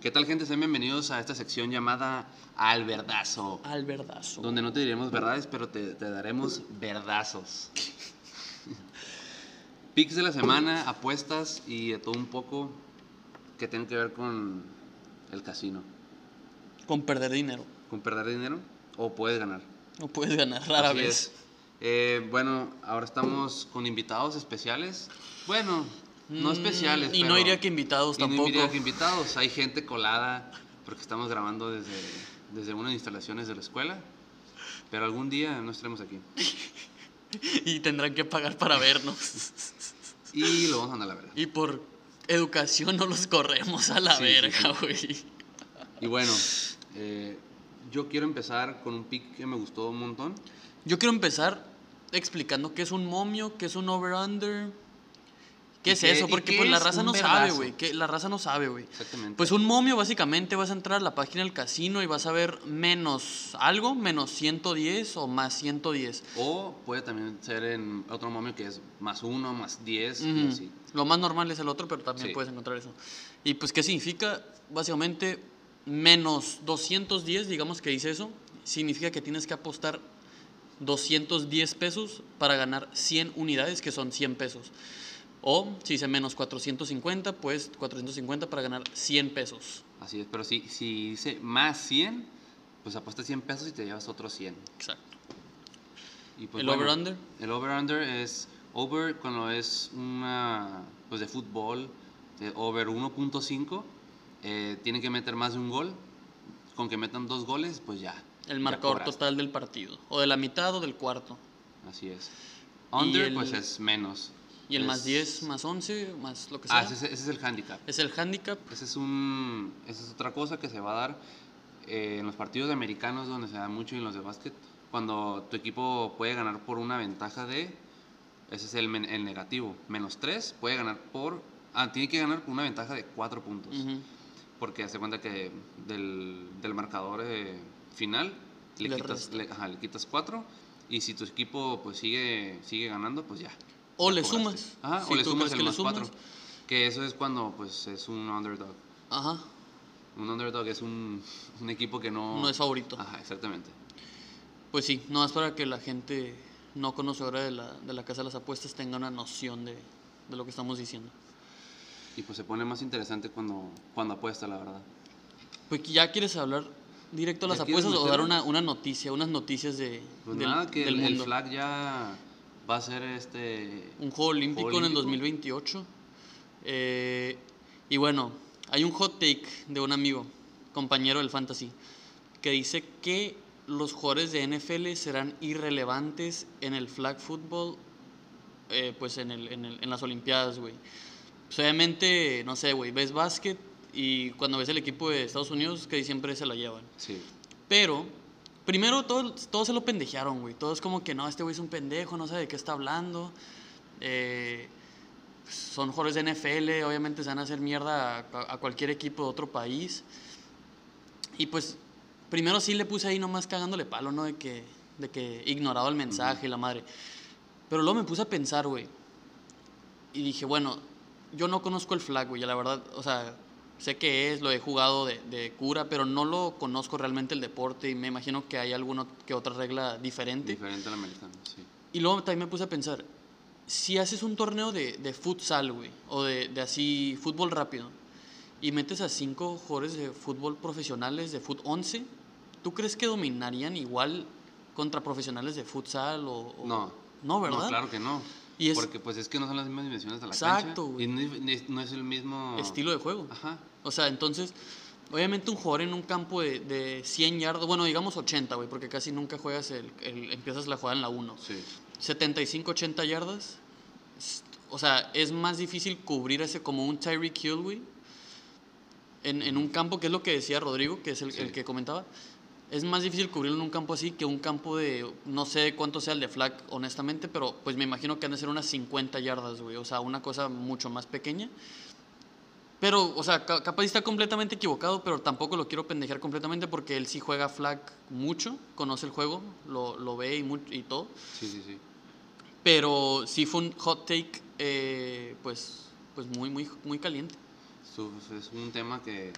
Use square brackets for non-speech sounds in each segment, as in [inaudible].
¿Qué tal, gente? Sean bienvenidos a esta sección llamada Al Verdazo, Al verdazo. donde no te diremos verdades, pero te, te daremos verdazos. [laughs] Pics de la semana, apuestas y de todo un poco que tienen que ver con el casino. Con perder dinero. Con perder dinero o puedes ganar. No puedes ganar rara Así vez. es. Eh, bueno, ahora estamos con invitados especiales. Bueno, no Mm, especiales. Y pero- no iría que invitados Y no tampoco. diría que invitados, hay gente colada porque estamos grabando desde, desde una de las instalaciones de la escuela, pero algún día no estaremos aquí. [laughs] Y tendrán que pagar para vernos. [laughs] Y lo vamos a mandar a la verga. y por educación no los corremos a la Sí, sí, verga, güey. Y bueno, eh, yo quiero empezar con un pick que me gustó un montón. Yo quiero empezar explicando qué es un momio, qué es un over-under. ¿Y ¿Qué es qué- eso? y Porque qué pues la es raza un no sabe, vergazo? güey. que La raza no sabe, güey. Exactamente. Pues un momio, básicamente, vas a entrar a la página del casino y vas a ver menos algo, menos 110 o más 110. o puede también ser en otro momio que es más uno, más diez, y Ujú. así. Lo más normal es el otro, pero también Sí. puedes encontrar eso. Y pues, ¿qué significa? Básicamente, menos 210, digamos que dice eso, significa que tienes que apostar 210 pesos para ganar 100 unidades, que son 100 pesos. O si dice menos 450, pues 450 para ganar 100 pesos. Así es, pero si, si dice más 100, pues apuestas 100 pesos y te llevas otros 100. Exacto. Y, pues, ¿El over-under? El over-under es over cuando es una, pues de fútbol, de over 1.5, eh, tienen que meter más de un gol, con que metan dos goles, pues ya. El ya marcador cobraste. total del partido, o de la mitad o del cuarto. Así es. Y Under, el- pues es menos. Y el más Es- 10, más 11, más lo que sea. Ah, ese, es- ese es el handicap. Es el handicap. Ese es un, esa es otra cosa que se va a dar eh, en los partidos americanos donde se da mucho y en los de básquet. Cuando tu equipo puede ganar por una ventaja de, ese es el, men- el negativo, menos 3, puede ganar por, ah, tiene que ganar por una ventaja de 4 puntos. Ujú. Porque hace cuenta que del, del marcador eh, final le, Le quitas, resta. le, ajá, le quitas 4 y si tu equipo pues sigue, sigue ganando, pues ya. O ya le cobraste. sumas. Ajá, Si o le tú sumas crees el que le más 4. sumas. Que eso es cuando pues es un underdog. Ajá. Un underdog es un, un equipo que no... No es favorito. Ajá, exactamente. Pues sí, no es para que la gente no conocedora de la, de la Casa de las Apuestas tenga una noción de, de lo que estamos diciendo. Y pues se pone más interesante cuando, cuando apuesta, la verdad. Pues ya quieres hablar directo a ¿Ya las quieres apuestas o dar meterlo? una, una noticia, unas noticias de, Pues del, nada, que del el, el mundo. flag ya va a ser este... Un juego olímpico, en el olímpico. 2028. Eh, y bueno, hay un hot take de un amigo, compañero del Fantasy, que dice que los jugadores de NFL serán irrelevantes en el flag football, eh, pues en, el- en el- en las Olimpiadas, güey. Pues obviamente, no sé, güey, ves básquet y cuando ves el equipo de Estados Unidos, que siempre se la llevan. Sí. Pero, primero todos, todos se lo pendejearon, güey. Todos como que no, este güey es un pendejo, no sabe de qué está hablando. Eh, son jugadores de NFL, obviamente se van a hacer mierda a, a cualquier equipo de otro país. Y pues, primero sí le puse ahí nomás cagándole palo, ¿no? De que, de que ignoraba el mensaje y la madre. Pero luego me puse a pensar, güey. Y dije, bueno, yo no conozco el flag, güey. La verdad, o sea, sé que es, lo he jugado de, de cura, pero no lo conozco realmente el deporte y me imagino que hay alguna que otra regla diferente. Diferente al americano, sí. Y luego también me puse a pensar, si haces un torneo de, de futsal, güey, o de, de así fútbol rápido, y metes a cinco jugadores de fútbol profesionales de fut 11, ¿tú crees que dominarían igual contra profesionales de futsal o...? o- No. Oh. No, ¿verdad? No, claro que no. Y es- Porque pues es que no son las mismas dimensiones de la Exacto, cancha. güey. Y no es- no es, no Ah. es el mismo... Estilo de juego. Ajá. O sea, entonces, obviamente un jugador en un campo de, de 100 yardas, bueno, digamos 80, güey, porque casi nunca juegas el, el- empiezas la jugada en la 1. Sí. 75, 80 yardas. s- O sea, es más difícil cubrir ese como un Tyreek Hill, güey. En, en un campo, que es lo que decía Rodrigo, que es el, Sí. el que comentaba. Es más difícil cubrirlo en un campo así que un campo de, no sé cuánto sea el de flag, honestamente, pero pues me imagino que han de ser unas 50 yardas, güey. O sea, una cosa mucho más pequeña. Pero, o sea, ca- capaz está completamente equivocado, pero tampoco lo quiero pendejear completamente porque él sí juega flag mucho, conoce el juego, lo, lo ve y, much- y todo. Sí, sí, sí. Pero sí fue un hot take, eh, pues, pues muy, muy, muy caliente. Su- Es un tema que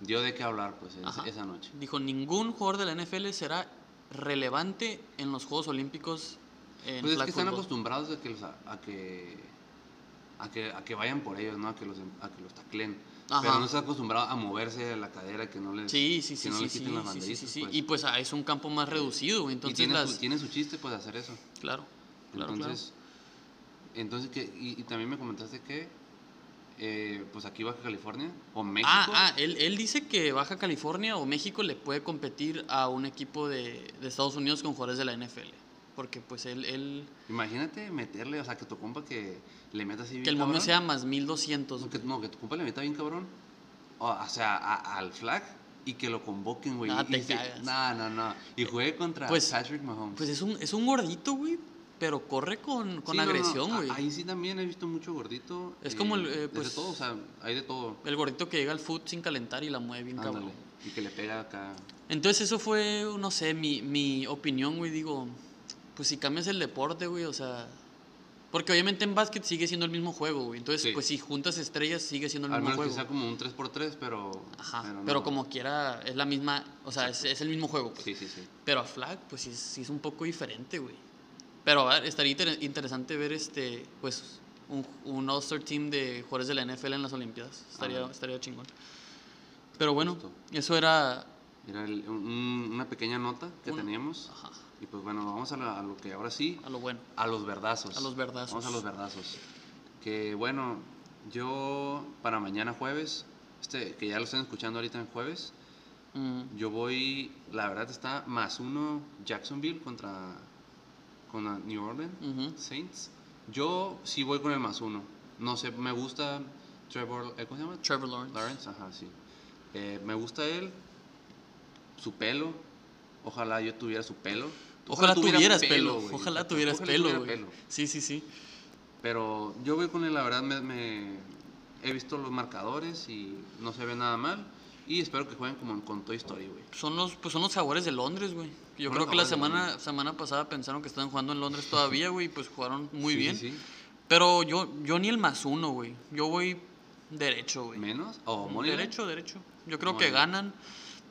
dio de qué hablar pues es- Ajá. esa noche. Dijo, ningún jugador de la NFL será relevante en los Juegos Olímpicos en Pues es flag que están football". acostumbrados a que, los- a, que, a, que, a que vayan por ellos, ¿no? A que los, em- a que los taclen. Ajá. Pero no están acostumbrados a moverse de la cadera, que no les, Sí, que sí, sí, no sí, les sí, quiten las sí, sí, sí, banderizas. sí. pues. Y pues ah, es un campo más reducido, güey. Y Entonces tiene, las... su, tiene su chiste pues hacer eso. Claro, claro, entonces, entonces que, y, y también me comentaste que eh, pues aquí Baja California o México. claro. Ah, ah, él, él dice que Baja California o México le puede competir a un equipo de, de Estados Unidos con jugadores de la NFL. Porque pues él, él Imagínate meterle, o sea, que tu compa que le meta así bien que el momio cabrón. sea más 1200. No, que, no, que tu compa le meta bien cabrón. O, o sea, a- al flag y que lo convoquen, güey. No, y- y te se- cagas. No, no, no. Y juegue contra Pues- Patrick Mahomes. Pues es un, es un gordito, güey, pero corre con, con Sí, no, no, agresión, a- güey. Ahí sí también he visto mucho gordito. Es como el, eh, desde pues- todo, o sea, hay de todo. El gordito que llega al foot sin calentar y la mueve bien Ándale. cabrón. Y que le pega acá. Entonces eso fue, no sé, mi, mi opinión, güey. Digo, pues si cambias el deporte, güey, o sea... Porque obviamente en básquet sigue siendo el mismo juego, güey. Entonces, Sí. pues si juntas estrellas sigue siendo el Al mismo menos juego. que sea como un 3x3, pero. Ajá, pero, no. como quiera, es la misma, o sea, es, es el mismo juego. pues. Sí, sí, sí. Pero a flag, pues sí, es- sí es un poco diferente, güey. Pero a ver, estaría inter- interesante ver este, pues, un, un All-Star Team de jugadores de la NFL en las Olimpiadas. Estaría, Ah. estaría chingón. Pero bueno, Justo. eso era... Era el- un- una pequeña nota que Una- teníamos. Ajá, Y pues bueno, vamos a, la- a lo que ahora sí. a lo bueno. A los verdazos. A los verdazos. Vamos a los verdazos. Que bueno, yo para mañana jueves, este, que ya lo están escuchando ahorita en jueves, Mm, yo voy, la verdad está más uno Jacksonville contra, contra New Orleans ujú. Saints. Yo sí voy con el más uno. No sé, me gusta Trevor, eh, ¿cómo se llama? Trevor Lawrence. Lawrence, ajá, sí. Eh, me gusta él, su pelo. Ojalá yo tuviera su pelo. Ojalá, tuvieras pelo. güey. Ojalá Exacto, tuvieras ojalá pelo, tuviera güey. Sí, sí, sí. Pero yo voy con él, la verdad, me, me- he visto los marcadores y no se ve nada mal. Y espero que jueguen como en- con Toy Story, güey. Son los, pues son los sabores de Londres, güey. Yo Son creo los que la sabores de semana, Londres. semana pasada pensaron que estaban jugando en Londres todavía, güey, y pues jugaron muy Sí, bien. sí, sí. Pero yo, yo ni el más uno, güey. Yo voy derecho, güey. ¿Menos? ¿O Moneyline? Derecho, derecho. Yo creo Muy que bien. ganan.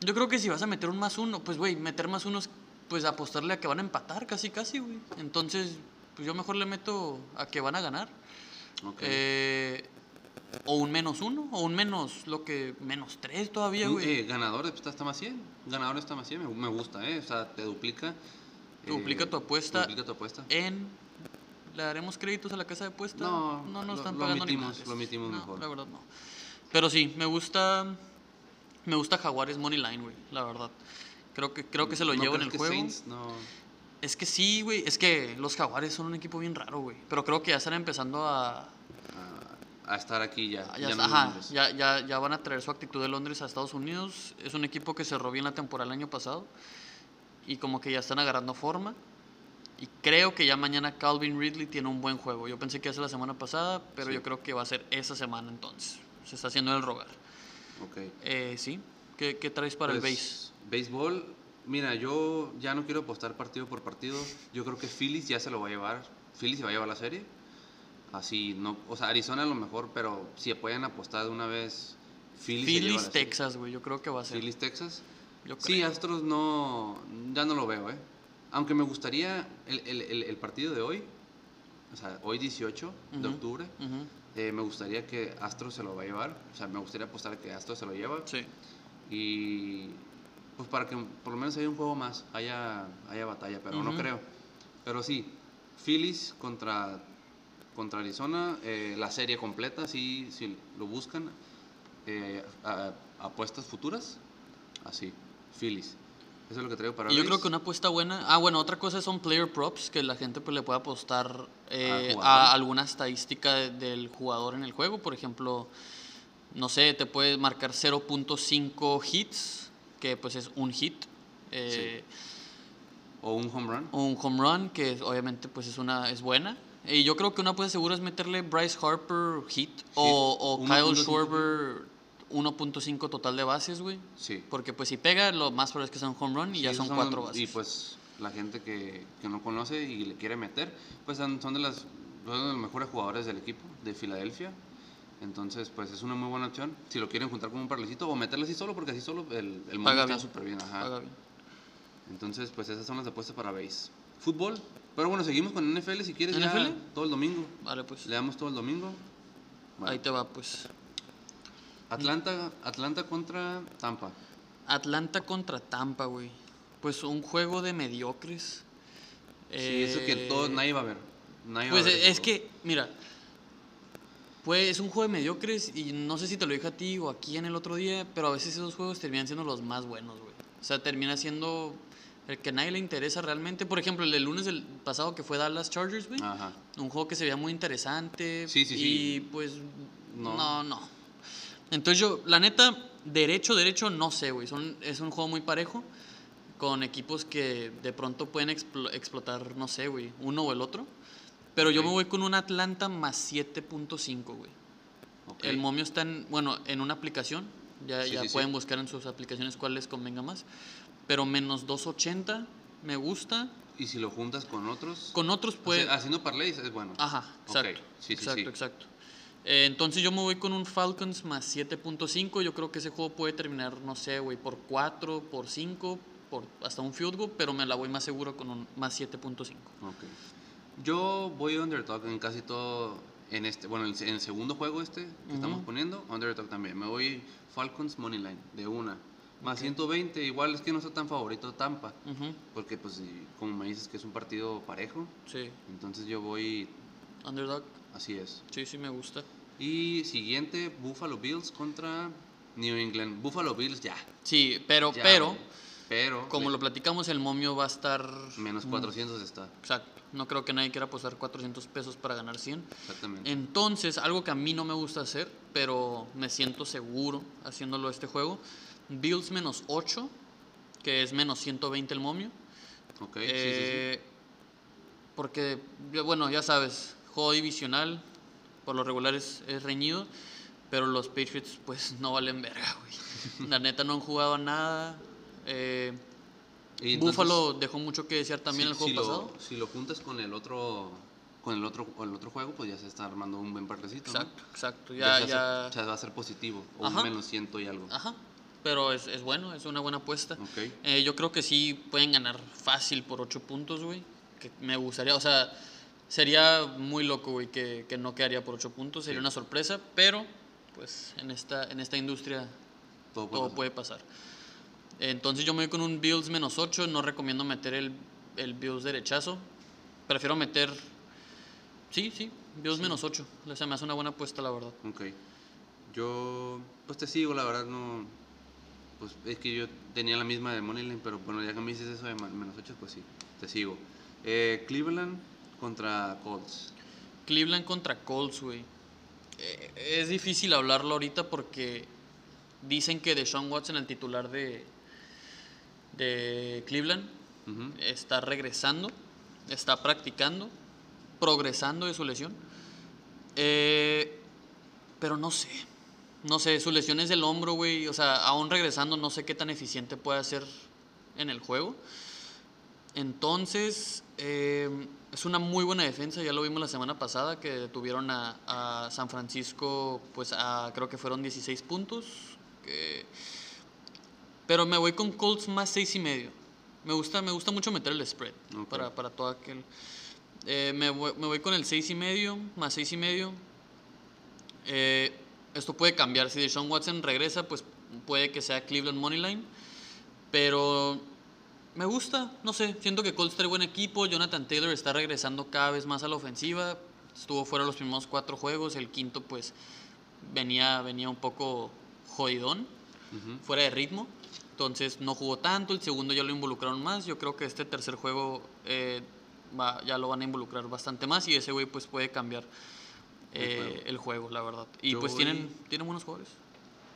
Yo creo que si vas a meter un más uno, pues, güey, meter más uno es pues apostarle a que van a empatar casi, casi, güey. Entonces, pues yo mejor le meto a que van a ganar. Ok. Eh, o un menos uno, o un menos, lo que, menos tres todavía, Un- güey. eh, ganador está, está más 100. Ganador está más 100. Me, me gusta, ¿eh? O sea, te duplica. Eh, Te duplica tu apuesta. Eh, Duplica tu apuesta. En, ¿le daremos créditos a la casa de apuesta? No, no lo- nos están lo pagando ni omitimos, madres. lo omitimos No, mejor. la verdad no. Pero sí, me gusta, me gusta Jaguares Money Line, güey, la verdad. Creo que, creo que se lo ¿No llevo en crees el que juego. Saints no- Es que sí, güey, es que los Jaguares son un equipo bien raro, güey. Pero creo que ya están empezando a... a, a estar aquí ya. Ah, Ya, ya no ajá, Londres. ya, ya- ya van a traer su actitud de Londres a Estados Unidos. Es un equipo que cerró bien la temporada el año pasado y como que ya están agarrando forma. Y creo que ya mañana Calvin Ridley tiene un buen juego. Yo pensé que hace la semana pasada, pero Sí. yo creo que va a ser esa semana entonces. Se está haciendo el rogar. Ok. Eh, ¿Sí? ¿Qué, qué traes para el base? Pues, Béisbol, mira, yo ya no quiero apostar partido por partido. Yo creo que Phillies ya se lo va a llevar. Phillies se va a llevar la serie. Así, no, o sea, Arizona a lo mejor, pero si pueden apostar de una vez, Phillies, se lleva la Phillies, serie. Texas, güey. Yo creo que va a ser. Phillies, Texas. yo Sí, creo. Astros no, ya no lo veo, ¿eh? Aunque me gustaría el, el- el- el partido de hoy, o sea, hoy 18 de Ujú. octubre, Ujú, eh, me gustaría que Astros se lo va a llevar. O sea, me gustaría apostar que Astros se lo lleva. Sí. Y pues para que por lo menos haya un juego más, haya, haya batalla, pero no Ujú. creo. Pero sí, Phillies contra, contra Arizona, eh, la serie completa, si si lo buscan, eh, a- a- apuestas futuras, así, Phillies. Eso es lo que traigo para Y yo hoy. creo que una apuesta buena. Ah, bueno, otra cosa son player props, que la gente pues, le puede apostar eh, jugador. a alguna estadística de- del jugador en el juego. Por ejemplo, no sé, te puede marcar 0.5 hits, que pues es un hit. eh, O un home run. Un home run, que es- obviamente pues es una es buena. Y yo creo que una apuesta segura es meterle Bryce Harper hit, o, o 1.5 Kyle hit. Schwarber 1.5 total de bases, güey. Sí. Porque pues si pega, lo más probable es que sea un home run y Sí, ya esos son cuatro bases. Y pues la gente que, que no conoce y le quiere meter, pues son, son de las, son de los mejores jugadores del equipo de Filadelfia. Entonces, pues es una muy buena opción. Si lo quieren juntar con un parlecito o meterle así solo, porque así solo el, el monto Paga está bien. súper bien. Ajá. Paga bien. Entonces, pues esas son las apuestas para base. Fútbol. Pero bueno, seguimos con NFL si quieres. ya ¿NFL? todo el domingo. Vale, pues. Le damos todo el domingo. Bueno, Ahí te va, pues. Atlanta, Atlanta contra Tampa. Atlanta contra Tampa, güey. Pues un juego de mediocres. Sí, eso que todo, Eh, nadie va a ver. Nadie va a Pues ver ese es juego. que, mira, pues es un juego de mediocres y no sé si te lo dije a ti o aquí en el otro día, pero a veces esos juegos terminan siendo los más buenos, güey. O sea, termina siendo el que a nadie le interesa realmente. Por ejemplo, el del lunes del pasado que fue Dallas Chargers, güey. Ajá. Un juego que se veía muy interesante. Sí, sí, y sí. pues No. no. no, Entonces yo, la neta, derecho, derecho, no sé, güey. Son, es un juego muy parejo con equipos que de pronto pueden explo- explotar, no sé, güey, uno o el otro. Pero yo Ok. me voy con un Atlanta más 7.5, güey. Ok. El momio está en, bueno, en una aplicación. Ya, Sí, ya sí, sí. pueden buscar en sus aplicaciones cuál les convenga más. Pero menos 2.80 me gusta. Y si lo juntas con otros. Con otros puede... Hace- haciendo parlays es bueno. Ajá, Ok, exacto. sí, sí, exacto, sí. exacto. Eh, entonces yo me voy con un Falcons más 7.5. Yo creo que ese juego puede terminar, no sé, güey, por 4, por 5, por hasta un field goal, pero me la voy más seguro con un más 7.5. Ok. Yo voy underdog en casi todo. En este, bueno, en el se- en el segundo juego este que estamos Ujú. poniendo, underdog también. Me voy Falcons Moneyline de una. Más Ok. 120, igual es que no está tan favorito Tampa. Ujú, Porque, pues, si- como me dices que es un partido parejo, Sí, entonces yo voy. underdog, Así es. sí, sí me gusta. Y siguiente, Buffalo Bills contra New England. Buffalo Bills ya. Sí, pero, ya, pero, güey. Pero. como Mm. le- lo platicamos, el momio va a estar... Menos 400 está. Exacto. No creo que nadie quiera apostar 400 pesos para ganar 100. Exactamente. Entonces, algo que a mí no me gusta hacer, pero me siento seguro haciéndolo este juego, Bills menos 8, que es menos 120 el momio. Ok, Eh, Porque, yo- bueno, ya sabes, juego divisional, por lo regular es, es reñido, pero los Patriots pues [laughs] no valen verga, güey. La neta no han jugado a nada. eh, sí, sí. Y entonces, Buffalo dejó mucho que desear también si- el juego si pasado. Lo, si lo juntas con el otro con el otro con el otro juego, pues ya se está armando un buen parquecito. ¿no? Exacto, exacto. Ya, se ya, hace- se va a ser positivo. O Ajá. un menos 100 y algo. Ajá. Pero es, es bueno, es una buena apuesta. Ok. Eh, yo creo que sí pueden ganar fácil por 8 puntos, güey. Que me gustaría, o sea, sería muy loco, güey, que, que no quedaría por 8 puntos. Sería Sí. una sorpresa, pero pues en esta, en esta industria Todo puede todo pasar. puede pasar. Entonces yo me voy con un Bills menos 8. No recomiendo meter el, el Bills derechazo. Prefiero meter. Sí, sí, Bills menos 8. O sea, me hace una buena apuesta, la verdad. Ok. Yo, pues te sigo, la verdad, no. Pues es que yo tenía la misma de Moneyline, pero bueno, ya que me dices eso de ma- menos 8, pues sí, te sigo. Eh, Cleveland contra Colts. Cleveland contra Colts, güey. Eh, Es difícil hablarlo ahorita porque dicen que Deshaun Watson, el titular de, de Cleveland, Ujú. está regresando, está practicando, progresando de su lesión. Eh, pero no sé, no sé, su lesión es del hombro, güey. O sea, aún regresando, no sé qué tan eficiente puede ser en el juego. Entonces, eh, es una muy buena defensa, ya lo vimos la semana pasada, que tuvieron a, a San Francisco, pues a, creo que fueron 16 puntos. que- pero me voy con Colts más 6 y medio. Me gusta, me gusta mucho meter el spread Ok. para, para todo aquel. Eh, me, voy, me voy con el 6 y medio, más 6 y medio. Eh, esto puede cambiar. Si Deshaun Watson regresa, pues puede que sea Cleveland Moneyline. Pero me gusta, no sé. Siento que Colts trae buen equipo. Jonathan Taylor está regresando cada vez más a la ofensiva. Estuvo fuera los primeros cuatro juegos. El quinto, pues, venía, venía un poco jodidón, Ujú. fuera de ritmo. Entonces no jugó tanto. El segundo ya lo involucraron más. Yo creo que este tercer juego eh, va- ya lo van a involucrar bastante más. Y ese güey, pues, puede cambiar. El eh, juego. el juego, la verdad. Y Yo pues voy- tienen, tienen buenos jugadores.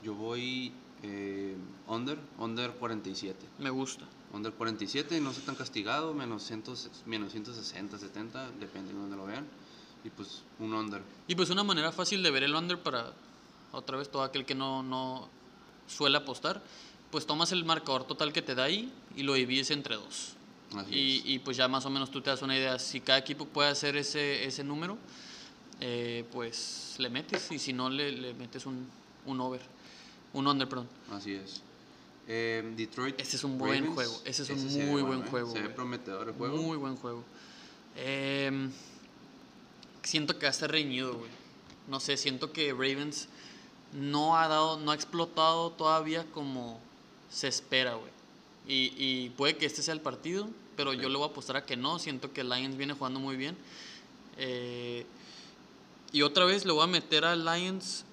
Yo voy eh, under, under 47. Me gusta. Under 47, no soy tan castigado, menos, 100 menos 160, 70, depende de donde lo vean. Y pues un under. Y pues una manera fácil de ver el under para otra vez todo aquel que no, no suele apostar, pues tomas el marcador total que te da ahí y lo divides entre dos. Así Y, es. y pues ya más o menos tú te das una idea si cada equipo puede hacer ese, ese número. eh, pues le metes y si no le, le metes un, un over, un under, perdón. Así es. Eh, Detroit. Ese es un buen Ravens, juego, ese es un se ve muy bueno, buen ¿eh? juego, Se ve güey. prometedor el juego. Muy buen juego. Em, siento que va a estar reñido, güey. No sé, siento que Ravens no ha dado, no ha explotado todavía como se espera, güey. Y, y puede que este sea el partido, pero yo Ok. le voy a apostar a que no. Siento que Lions viene jugando muy bien. Eh, y otra vez le voy a meter a Lions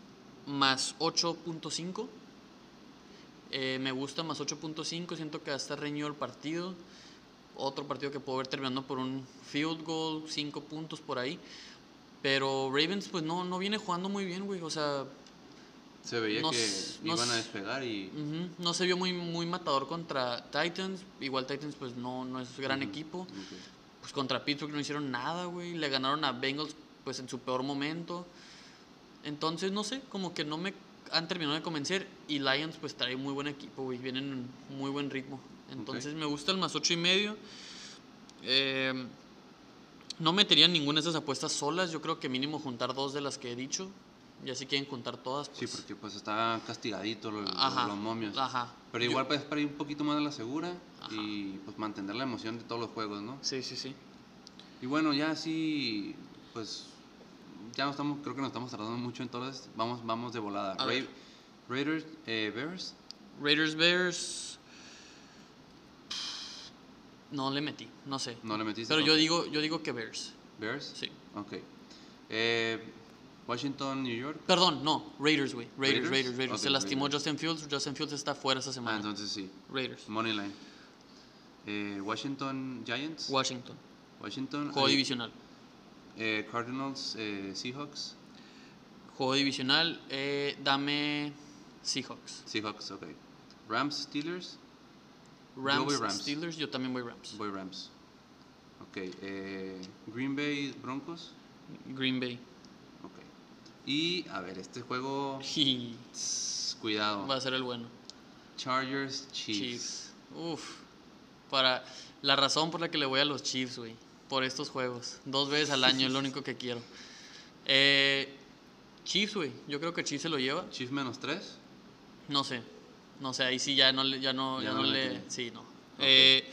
más 8.5. Eh, me gusta más 8.5. Siento que va a estar reñido el partido. Otro partido que puedo ver terminando por un field goal, 5 puntos por ahí. Pero Ravens, pues no, no viene jugando muy bien, güey. O sea, Se veía Nos- que nos- Mm. iban a despegar y. ujú, no se vio muy, muy matador contra Titans. Igual Titans, pues no, no es gran Ujú, equipo. ok. Pues contra Pittsburgh no hicieron nada, güey. Le ganaron a Bengals pues en su peor momento. Entonces, no sé, como que no me han terminado de convencer. Y Lions pues trae muy buen equipo, güey. Vienen en muy buen ritmo. Entonces me gusta el más ocho y medio. Eh, no metería ninguna de esas apuestas solas. Yo creo que mínimo juntar dos de las que he dicho. Ya si quieren juntar todas, Sí, pues... porque pues está castigadito lo- lo- Ajá, los momios. Ajá. Pero Yo- igual pues para ir un poquito más a la segura Ajá. y pues mantener la emoción de todos los juegos, ¿no? Sí, sí, sí. Y bueno, ya así, pues ya no estamos, creo que nos estamos tardando mucho, entonces vamos, vamos de volada. A ver. Raiders, eh, Bears, Raiders Bears. No le metí, no sé. no le metiste. Pero yo ok. digo, yo digo que Bears. Bears, Sí. ok. Eh, Washington, New York. Perdón, no, Raiders, güey. Raiders, ¿Raiders? Raiders, Raiders. Ok, Se lastimó Raiders. Justin Fields. Justin Fields está fuera esta Ah, semana. entonces sí. Raiders. Money line. Eh, Washington Giants. Washington. Washington. Juego ahí. divisional. Eh, Cardinals, eh, Seahawks. Juego divisional. eh, dame Seahawks. Seahawks, ok. Rams, Steelers. Rams, voy Rams. Steelers. Yo también voy Rams. Voy Rams. Ok. eh, Green Bay, Broncos. Green Bay. Ok. Y, a ver, este juego. Y tss, Cuidado. [laughs] va a ser el bueno. Chargers, Chiefs. Chiefs. Uf. Para la razón por la que le voy a los Chiefs, güey. Por estos juegos. Dos veces al año es lo único que quiero. Eh, Chiefs, güey. Yo creo que Chiefs se lo lleva. Chiefs menos 3. No sé. No sé, ahí sí ya no, le- ya no, Ya ya no no le le. metí. Sí, no. Eh,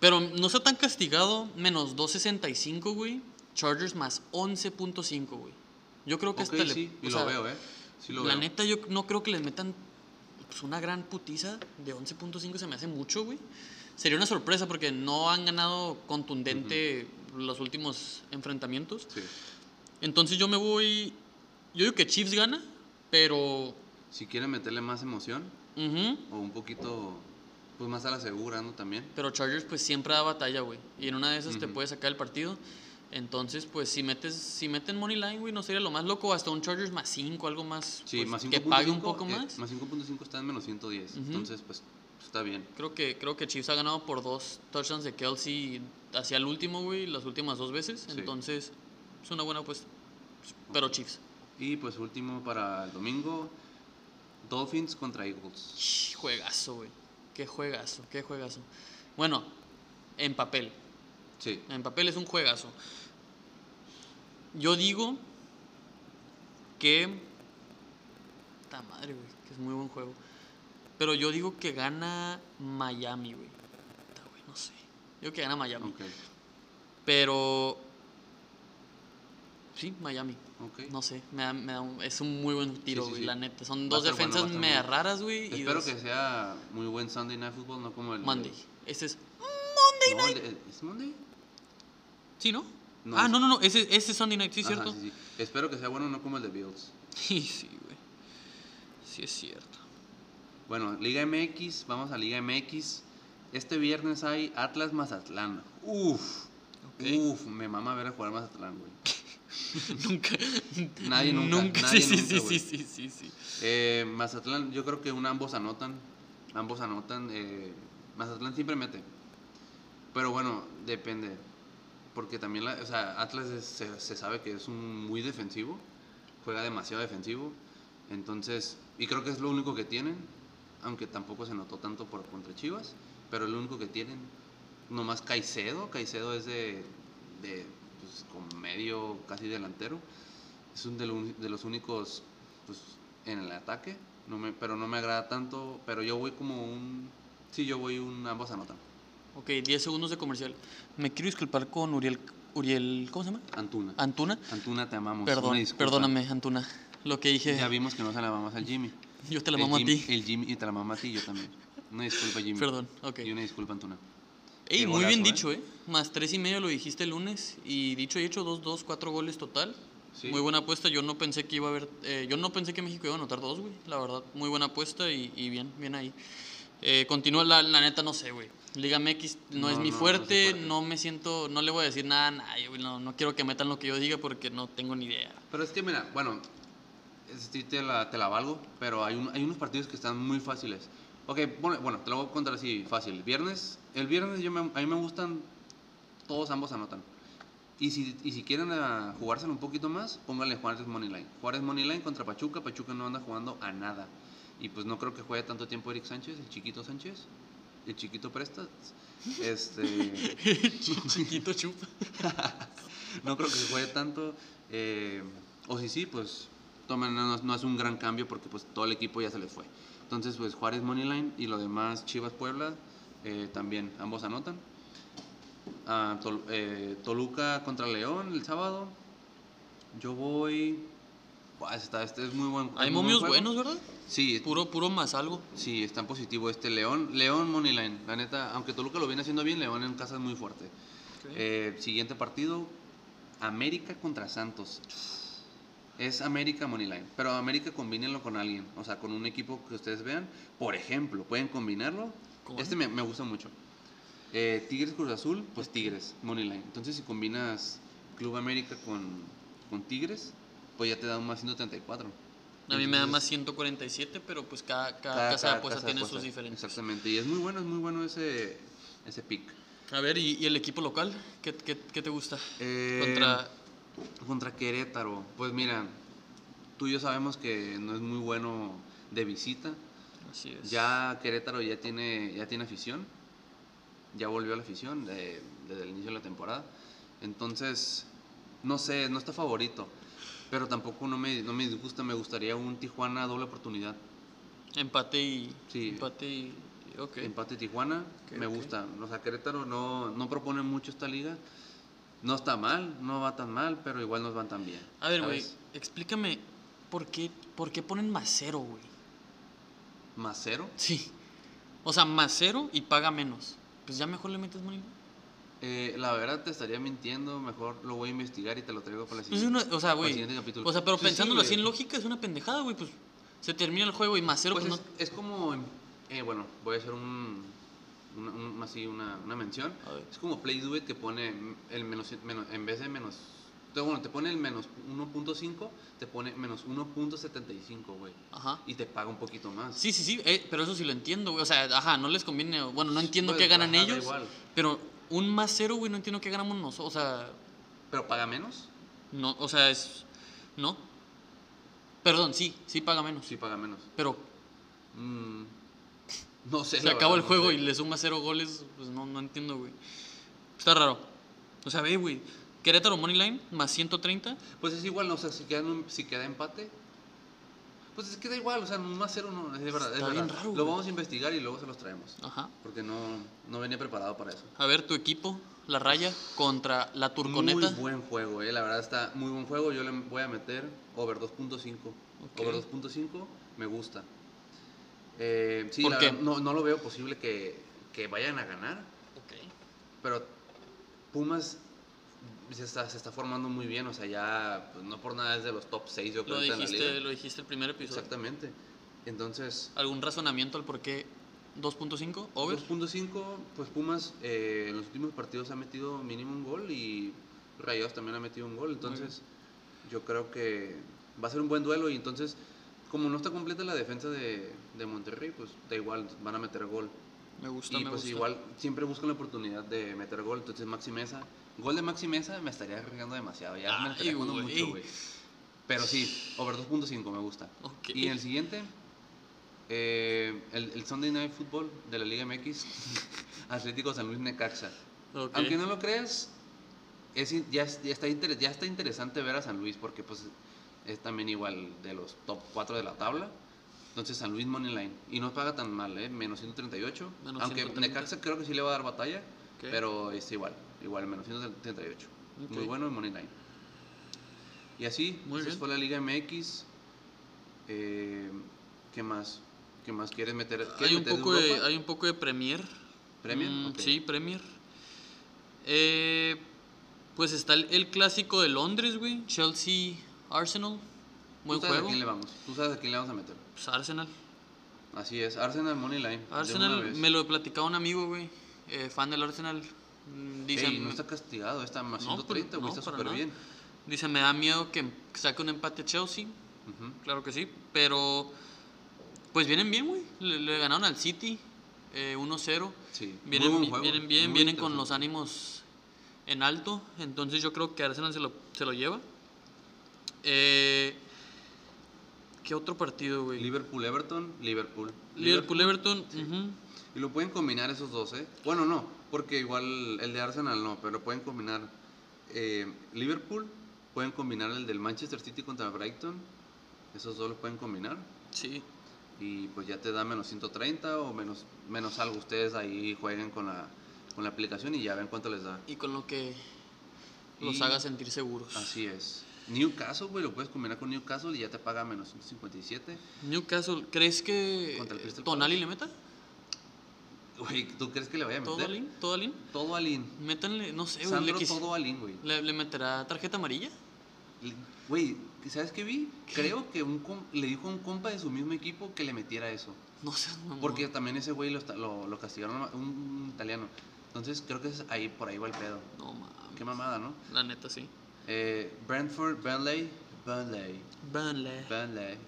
pero no está tan castigado. Menos 2.65, güey. Chargers más 11.5, güey. Yo creo que Ok, este sí, le. y o lo sea, veo, ¿eh? Sí lo la veo. neta, yo no creo que les metan pues, una gran putiza de 11.5, se me hace mucho, güey. Sería una sorpresa porque no han ganado contundente los últimos enfrentamientos. Sí. Entonces yo me voy. Yo digo que Chiefs gana, pero. Si quieren meterle más emoción ujú, o un poquito pues más a la segura, ¿no? También. Pero Chargers, pues siempre da batalla, güey. Y en una de esas te Ujú. puede sacar el partido. Entonces, pues si metes si meten Money Line, güey, no sería lo más loco. Hasta un Chargers más 5, algo más. Sí, pues, más 5.5. que pague un poco eh, más. más 5.5 está en menos 110. Ujú. Entonces, pues está bien. Creo que, creo que Chiefs ha ganado por dos touchdowns de Kelsey hacia el último, güey, las últimas dos veces. Sí. Entonces, es una buena apuesta. Pero Chiefs. Y pues último para el domingo, Dolphins contra Eagles. Sh, Juegazo, güey. Qué juegazo, qué juegazo. Bueno, en papel. Sí. En papel es un juegazo. Yo digo que. Ta madre, güey, que es muy buen juego. Pero yo digo que gana Miami, güey. Ta, güey, No sé. Yo digo que gana Miami. Ok. Pero. Sí, Miami. Ok. No sé. Me da- me da un- es un muy buen tiro, sí, güey, sí. la neta. Son Va a dos estar bueno, va a defensas estar media bueno. raras, güey. y Espero dos- que sea muy buen Sunday Night Football, no como el. de- Monday. Este es. No, el de- ¿Es Monday? ¿Sí, no? No, ah, es- no, no, no. Ese, ese es Sunday night, sí, Ajá, cierto. sí, sí. Espero que sea bueno, no como el de Bills. Sí, sí, güey. Sí, es cierto. Bueno, Liga MX, vamos a Liga MX. Este viernes hay Atlas Mazatlán. Uf. Uf, me mama ver a jugar Mazatlán, güey. [laughs] nunca. [laughs] Nadie nunca, nadie sí, nunca, sí, güey. sí, sí, sí, sí. Eh, Mazatlán, yo creo que un- ambos anotan. Ambos anotan. eh, Mazatlán siempre mete. Pero bueno, depende. Porque también, la- o sea, Atlas es- se, se sabe que es un muy defensivo. Juega demasiado defensivo. Entonces, y creo que es lo único que tienen. Aunque tampoco se notó tanto por contra Chivas. Pero es lo único que tienen. Nomás Caicedo. Caicedo es de, de, pues, con medio, casi delantero. Es un de, lo- de los únicos pues, en el ataque, no me, pero no me agrada tanto. Pero yo voy como un. Sí, yo voy un ambos anotan. Ok, 10 segundos de comercial. Me quiero disculpar con Uriel, Uriel ¿cómo se llama? Antuna. Antuna. Antuna, te amamos. Perdón, una disculpa. perdóname, Antuna. Lo que dije, Ya vimos que no se la mamás al Jimmy. yo te la El mamo a Jimmy- ti. El Jimmy y te la mamá a ti, yo también. Una disculpa, Jimmy. Perdón, ok. Y una disculpa, Antuna. Ey, Qué muy bien golazo, dicho, ¿eh? Más tres y medio lo dijiste el lunes y dicho y hecho, dos, dos, cuatro goles total. Sí. Muy buena apuesta, yo no pensé que iba a haber, eh, yo no pensé que México iba a anotar dos, güey, la verdad, muy buena apuesta y, y bien, bien ahí. Eh, continúa la, la neta, no sé, güey. Liga MX no, No, es mi no, no es tu fuerte, fuerte. no me siento, no le voy a decir nada a nadie, güey, no, no quiero que metan lo que yo diga porque no tengo ni idea. [laughs] Pero es que, mira, bueno, es- sí te la, te la valgo, pero hay, un- hay unos partidos que están muy fáciles. Ok, bueno, bueno, te lo voy a contar así fácil. Viernes, el viernes yo me- a mí me gustan, todos ambos anotan. Y si, y si quieren ah, jugárselo un poquito más, pónganle Juárez Moneyline. Juárez Moneyline contra Pachuca, Pachuca no anda jugando a nada. Y pues no creo que juegue tanto tiempo Eric Sánchez, el chiquito Sánchez, el chiquito Prestas. Este. [laughs] Chiquito chupa. No creo que se juegue tanto. eh, o si sí, pues tomen, no, no hace un gran cambio porque pues todo el equipo ya se les fue. Entonces, pues Juárez Moneyline y lo demás Chivas Puebla eh, también, ambos anotan. Ah, Tol- eh, Toluca contra León el sábado. Yo voy. Buah, está- este es muy buen. es Hay muy buen momios juego. buenos, ¿verdad? Sí, Puro, puro más algo. Sí, es tan positivo este León. León Moneyline, la neta, aunque Toluca lo viene haciendo bien, León en casa es muy fuerte. Eh, siguiente partido, América contra Santos. Es América Moneyline, pero América combínenlo con alguien, o sea, con un equipo que ustedes vean. Por ejemplo, pueden combinarlo. ¿Con? Este me, me gusta mucho. Eh, Tigres Cruz Azul, pues Tigres, Moneyline. Entonces, si combinas Club América con, con Tigres, pues ya te da un más 134. A mí me da Entonces- más 147, pero pues cada, cada, cada- casa de cada apuesta casa de tiene sus apuesta. diferencias. Exactamente, y es muy bueno, es muy bueno ese, ese pick. A ver, ¿y, y el equipo local? ¿Qué, qué, qué te gusta? Eh, Contra... Contra Querétaro, pues mira, tú y yo sabemos que no es muy bueno de visita. Así es. Ya Querétaro ya tiene, ya tiene afición, ya volvió a la afición de- desde el inicio de la temporada. Entonces, no sé, no está favorito, pero tampoco no me, no me disgusta, me gustaría un Tijuana doble oportunidad. Empate y... Sí. Empate y... y- Ok. Empate Tijuana, Ok, me ok. gusta. O sea, Querétaro no, no propone mucho esta liga. No está mal, no va tan mal, pero igual nos van tan bien. A ver, güey, ¿sabes? explícame por qué, por qué ponen más cero, güey. Más cero. Sí. O sea, más cero y paga menos. Pues ya mejor le metes money. Eh, la verdad te estaría mintiendo, mejor lo voy a investigar y te lo traigo para la Pues siguiente. una, o sea, para el güey. siguiente capítulo. O sea, pero Sí, sí, pensándolo güey. así en lógica, es una pendejada, güey. Pues se termina el juego y más cero, Pues pues, es, es como, eh, bueno, voy a hacer un, una- un- así una, una mención. no... A ver. Es como Play Duet te pone el menos, menos- en vez de menos, te, bueno, te pone el menos 1.5, te pone menos 1.75, güey. Ajá. Y te paga un poquito más. Sí, sí, sí, eh, pero eso sí lo entiendo, güey. O sea, ajá, no les conviene. Bueno, no entiendo Pues, qué ganan ajá, da ellos. igual. Pero un más cero, güey, no entiendo qué ganamos nosotros. O sea, Pero paga menos. no, o sea, es. No. Perdón, sí, sí paga menos. Sí, paga menos. Pero Mm, no sé. se la acabó el verdad, no juego sé. y le suma cero goles, pues no, no entiendo, güey. Está raro. O sea, ve, güey. Querétaro Moneyline más 130. Pues es igual, o sea, si queda, en un- si queda empate. Pues es que da igual, o sea, un más cero no. Es verdad, es Está bien verdad. raro, Lo güey. vamos a investigar y luego se los traemos. Ajá. Porque no, no venía preparado para eso. A ver, tu equipo, la raya, contra la turconeta. Muy buen juego, eh. La verdad está muy buen juego. Yo le voy a meter over 2.5. Ok. Over 2.5 me gusta. Eh, sí, ¿Por la qué? verdad, no, no lo veo posible que, que vayan a ganar. Ok. Pero Pumas se está, se está formando muy bien. O sea, ya pues, no por nada es de los top 6 yo creo Lo ahorita en la dijiste, liga. lo dijiste el primer episodio. Exactamente. Entonces, ¿Algún razonamiento al por qué 2.5 over? 2.5, pues Pumas eh, en los últimos partidos ha metido mínimo un gol y Rayados también ha metido un gol. Entonces, yo creo que va a ser un buen duelo y entonces, como no está completa la defensa de, de Monterrey, pues da igual, van a meter gol. Me gusta, Y me pues gusta. igual siempre buscan la oportunidad de meter gol, entonces Maxi Mesa, gol de Maxi Mesa me estaría arriesgando demasiado, ya me Ay, estaría jugando mucho, güey. güey. Pero sí, over 2.5 me gusta. Ok. Y en el siguiente, eh, el, el Sunday Night Football de la [laughs] Liga MX, Atlético San Luis Necaxa. Ok. Aunque no lo creas, es, in- ya, es- ya está inter- ya está interesante ver a San Luis porque pues es también igual de los top 4 de la tabla. Entonces San Luis Money Line. Y no paga tan mal, ¿eh? Menos 138. Menos Aunque 130. Necaxa creo que sí le va a dar batalla, Ok. pero es igual. Igual, menos 138. Muy Ok. bueno el Money Line. Y así, Muy esa bien. fue la Liga MX. Eh, ¿Qué más? ¿Qué más quieres meter? ¿Quieres Hay un, meter poco de, Europa? hay un poco de Premier. ¿Premier? Mm, Ok. Sí, Premier. Eh, pues está el, el clásico de Londres, güey. Chelsea, Arsenal. Buen ¿Tú sabes juego. a quién le vamos? ¿Tú sabes a quién le vamos a meter? Pues Arsenal. Así es, Arsenal Money Line. de una Arsenal, vez. me lo platicaba un amigo, güey. eh, fan del Arsenal. Mm, Dice, Ey, no está castigado, está más No, 130, pero- güey, no, está para súper nada. bien. dice, me da miedo que saque un empate Chelsea. Ujú. Claro que sí, pero pues vienen bien, güey. Le, le ganaron al City eh, 1-0. Sí, muy Vienen, buen bi- juego, vienen bien, muy vienen con interesante. los ánimos en alto. Entonces yo creo que Arsenal se lo, se lo lleva. Eh, ¿Qué otro partido, güey? Liverpool, Everton, Liverpool. Liverpool, Everton. ujú. Y lo pueden combinar esos dos, ¿eh? Bueno, no, porque igual el de Arsenal no, pero pueden combinar eh, Liverpool, pueden combinar el del Manchester City contra el Brighton, esos dos los pueden combinar. Sí. Y pues ya te da menos 130 o menos, menos algo. Ustedes ahí jueguen con la, con la aplicación y ya ven cuánto les da. Y con lo que los Y- Ah, haga sentir seguros. Así es. Newcastle, güey, lo puedes combinar con Newcastle y ya te paga menos 157. Newcastle, ¿crees que Contra el Crystal Tonali Palace. le meta? Güey, ¿tú crees que le vaya a meter? ¿Todo Alin? ¿Todo Alin? Todo Alin. Métanle, no sé, güey. le Sandro quis- Todo Alin, güey. ¿Le, le meterá tarjeta amarilla? Le- Güey, ¿sabes qué vi? Creo que un com- le dijo a un compa de su mismo equipo que le metiera eso. No sé, mamón. Porque también ese güey lo, esta- lo, lo castigaron, a un italiano. Entonces creo que es ahí, por ahí va el pedo. No mames. Qué mamada, ¿no? La neta, sí. Eh, Brentford, Burnley, Burnley, Burnley. Burnley.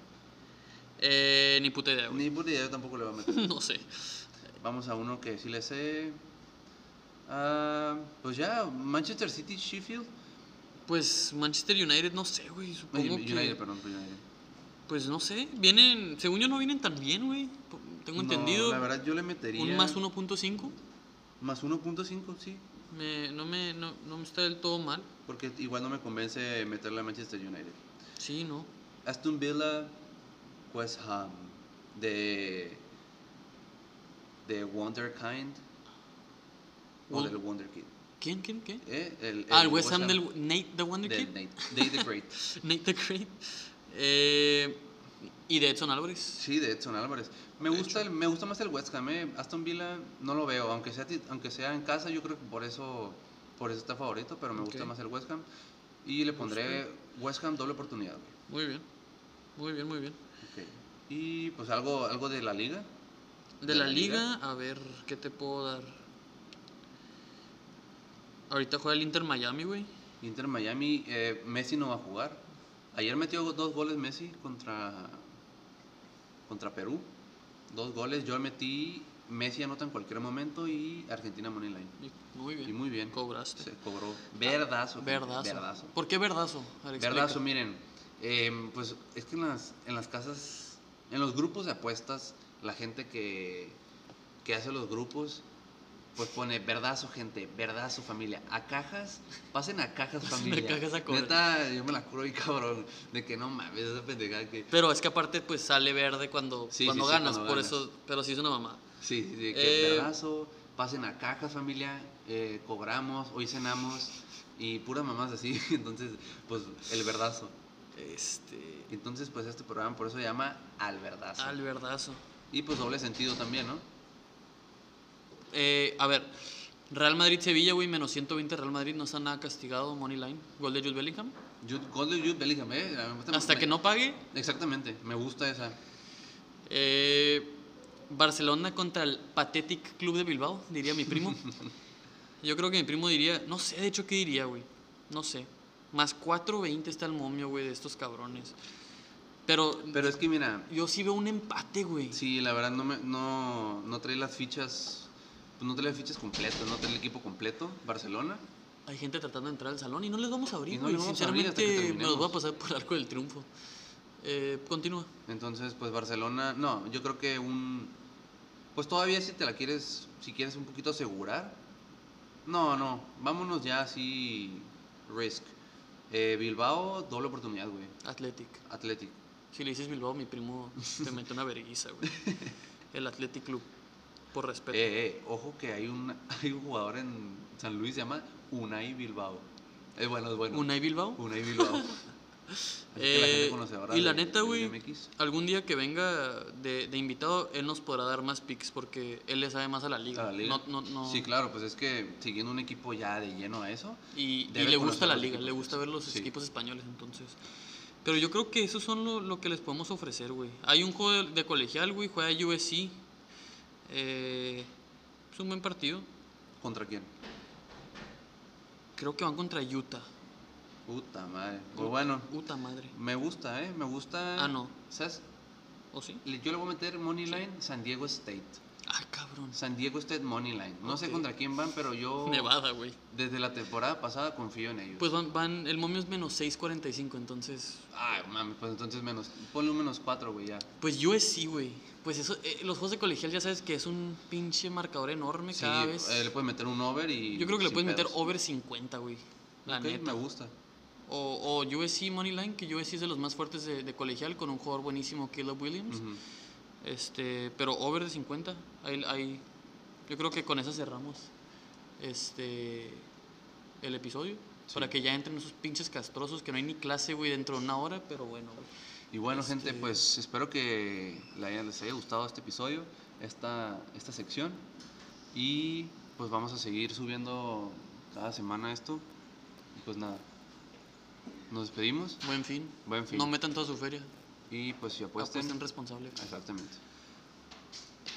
Eh, ni puta idea, güey. Ni puta idea tampoco le va a meter. [laughs] no sé. Vamos a uno que sí le sé. Ah, pues ya, Manchester City, Sheffield. Pues Manchester United, no sé, güey. Ay, Supongo que. United, perdón, United. Pues no sé. Vienen. Según yo, no vienen tan bien, güey. Po- No, Tengo entendido. La verdad, yo le metería. un más 1.5. Más 1.5, sí. Me- no, me, no, no me está del todo mal. Porque igual no me convence meterle a Manchester United. Sí, no. Aston Villa, West Ham. De. De Wonderkind. O Wol- del Wonderkid. ¿Quién, quién, qué? ¿Eh? El, ah, el el West Ham del Nate the Wonder del Kid. Nate, Nate the Great. [laughs] Nate the Great. Eh, y de Edson Álvarez. Sí, de Edson Álvarez. Me De gusta, el, me gusta más el West Ham, eh. Aston Villa no lo veo, aunque sea, ti- aunque sea en casa, yo creo que por eso, por eso está favorito, pero me gusta Ok. más el West Ham. Y le pondré West Ham doble oportunidad. güey. Muy bien. Muy bien, muy bien. Ok. Y pues algo, algo de la liga. De la liga, a ver, ¿qué te puedo dar? Ahorita juega el Inter Miami, güey. Inter Miami, eh, Messi no va a jugar. Ayer metió go- dos goles Messi contra, contra Perú. Dos goles, yo metí, Messi anota en cualquier momento y Argentina Money Line. Y- Muy bien. Y muy bien. Cobraste. Se cobró. Verdazo. gente, Verdazo. Verdazo. ¿Por qué verdazo? A ver, explica. Verdazo, miren. em, pues es que en las, en las casas, en los grupos de apuestas, la gente que, que hace los grupos, pues pone verdazo, gente, verdazo, familia. A cajas, pasen a cajas, Pasen a familia. cajas a cobrar. Neta, yo me la curo y cabrón, de que no mames, esa pendejada que. Pero es que aparte, pues sale verde cuando, Sí, cuando sí, sí, ganas, cuando por ganas. eso. Pero sí es una mamá. Sí, sí, de que Eh, verdazo, pasen a cajas, familia, eh, cobramos, hoy cenamos y puras mamás así. [laughs] Entonces, pues el verdazo. Este. Entonces, pues este programa por eso se llama Al Verdazo. Al verdazo. Y pues doble sentido también, ¿no? Eh, a ver, Real Madrid-Sevilla, güey, menos 120. Real Madrid no está nada castigado. Money line. Gol de Jude Bellingham. Jude, gol de Jude Bellingham, ¿eh? Me gusta- Hasta me- que no pague. Exactamente, me gusta esa. Eh, Barcelona contra el Pathetic Club de Bilbao, diría [laughs] mi primo. Yo creo que mi primo diría, no sé de hecho qué diría, güey. No sé. Más 4.20 está el momio, güey, de estos cabrones. Pero, Pero es que mira, yo sí veo un empate, güey. sí, la verdad no, me, no, no trae las fichas, pues, no trae las fichas completas, no trae el equipo completo, Barcelona. Hay gente tratando de entrar al salón y no les vamos a Y abrir, no güey. les vamos a abrir hasta que Sinceramente, me los voy terminemos. a pasar por el arco del triunfo. Eh, continúa. Entonces, pues Barcelona, no, yo creo que un... Pues todavía si te la quieres, si quieres un poquito asegurar. No, no, vámonos ya así Risk. Eh, Bilbao, doble oportunidad, güey. Athletic. Athletic. Si le dices Bilbao, mi primo te mete una [laughs] vergüenza, güey. El Athletic Club. Por respeto. Eh, eh, ojo que hay un, [laughs] hay un jugador en San Luis se llama Unai Bilbao. Es bueno, es bueno. Unai Bilbao. Unai Bilbao. [laughs] Así que la gente Eh, conocedora y la de- neta, del güey, MX. algún día que venga de, de invitado, él nos podrá dar más picks porque él le sabe más a la liga. A la liga. No, no, no. Sí, claro, pues es que siguiendo un equipo ya de lleno a eso. Y, y Debe le gusta conocer la los liga, le equipos, gusta ver los sí. equipos españoles, entonces. Pero yo creo que eso son lo, lo que les podemos ofrecer, güey. Hay un juego de, de colegial, güey, juega USC. Eh, es un buen partido. ¿Contra quién? Creo que van contra Utah. Puta madre. Pues bueno, Utah, madre. me gusta, ¿eh? Me gusta. Ah, no. ¿Sabes? ¿O sí? Le- Yo le voy a meter Moneyline San Diego State. Ah, cabrón. San Diego State Moneyline. No sé Ok. contra quién van, pero [laughs] yo. Nevada, güey. Desde la temporada pasada confío en ellos. Pues van, van, el momio es menos 6.45, entonces Ay, mami, pues entonces menos. Ponle un menos 4, güey, ya. Pues USC, güey. Pues eso, eh, los juegos de colegial ya sabes que es un pinche marcador enorme Sí, cada vez. eh, le puedes meter un over y. Yo creo que le sin puedes meter pedos. over 50, güey. La Ok, neta. Me gusta. O, o USC Moneyline, que USC es de los más fuertes de, de colegial, con un jugador buenísimo, Caleb Williams. Ujú. Este, pero over de 50. Ahí, ahí- yo creo que con eso cerramos este, el episodio. Sí. Para que ya entren esos pinches castrosos que no hay ni clase, güey, dentro de una hora, pero bueno, güey. Y bueno, gente, Este- pues espero que le haya- les haya gustado este episodio, esta, esta sección. Y pues vamos a seguir subiendo cada semana esto. Y pues nada, nos despedimos. Buen fin. Buen fin. No metan toda su feria. Y pues si apuesten. Apuesten responsable. Exactamente.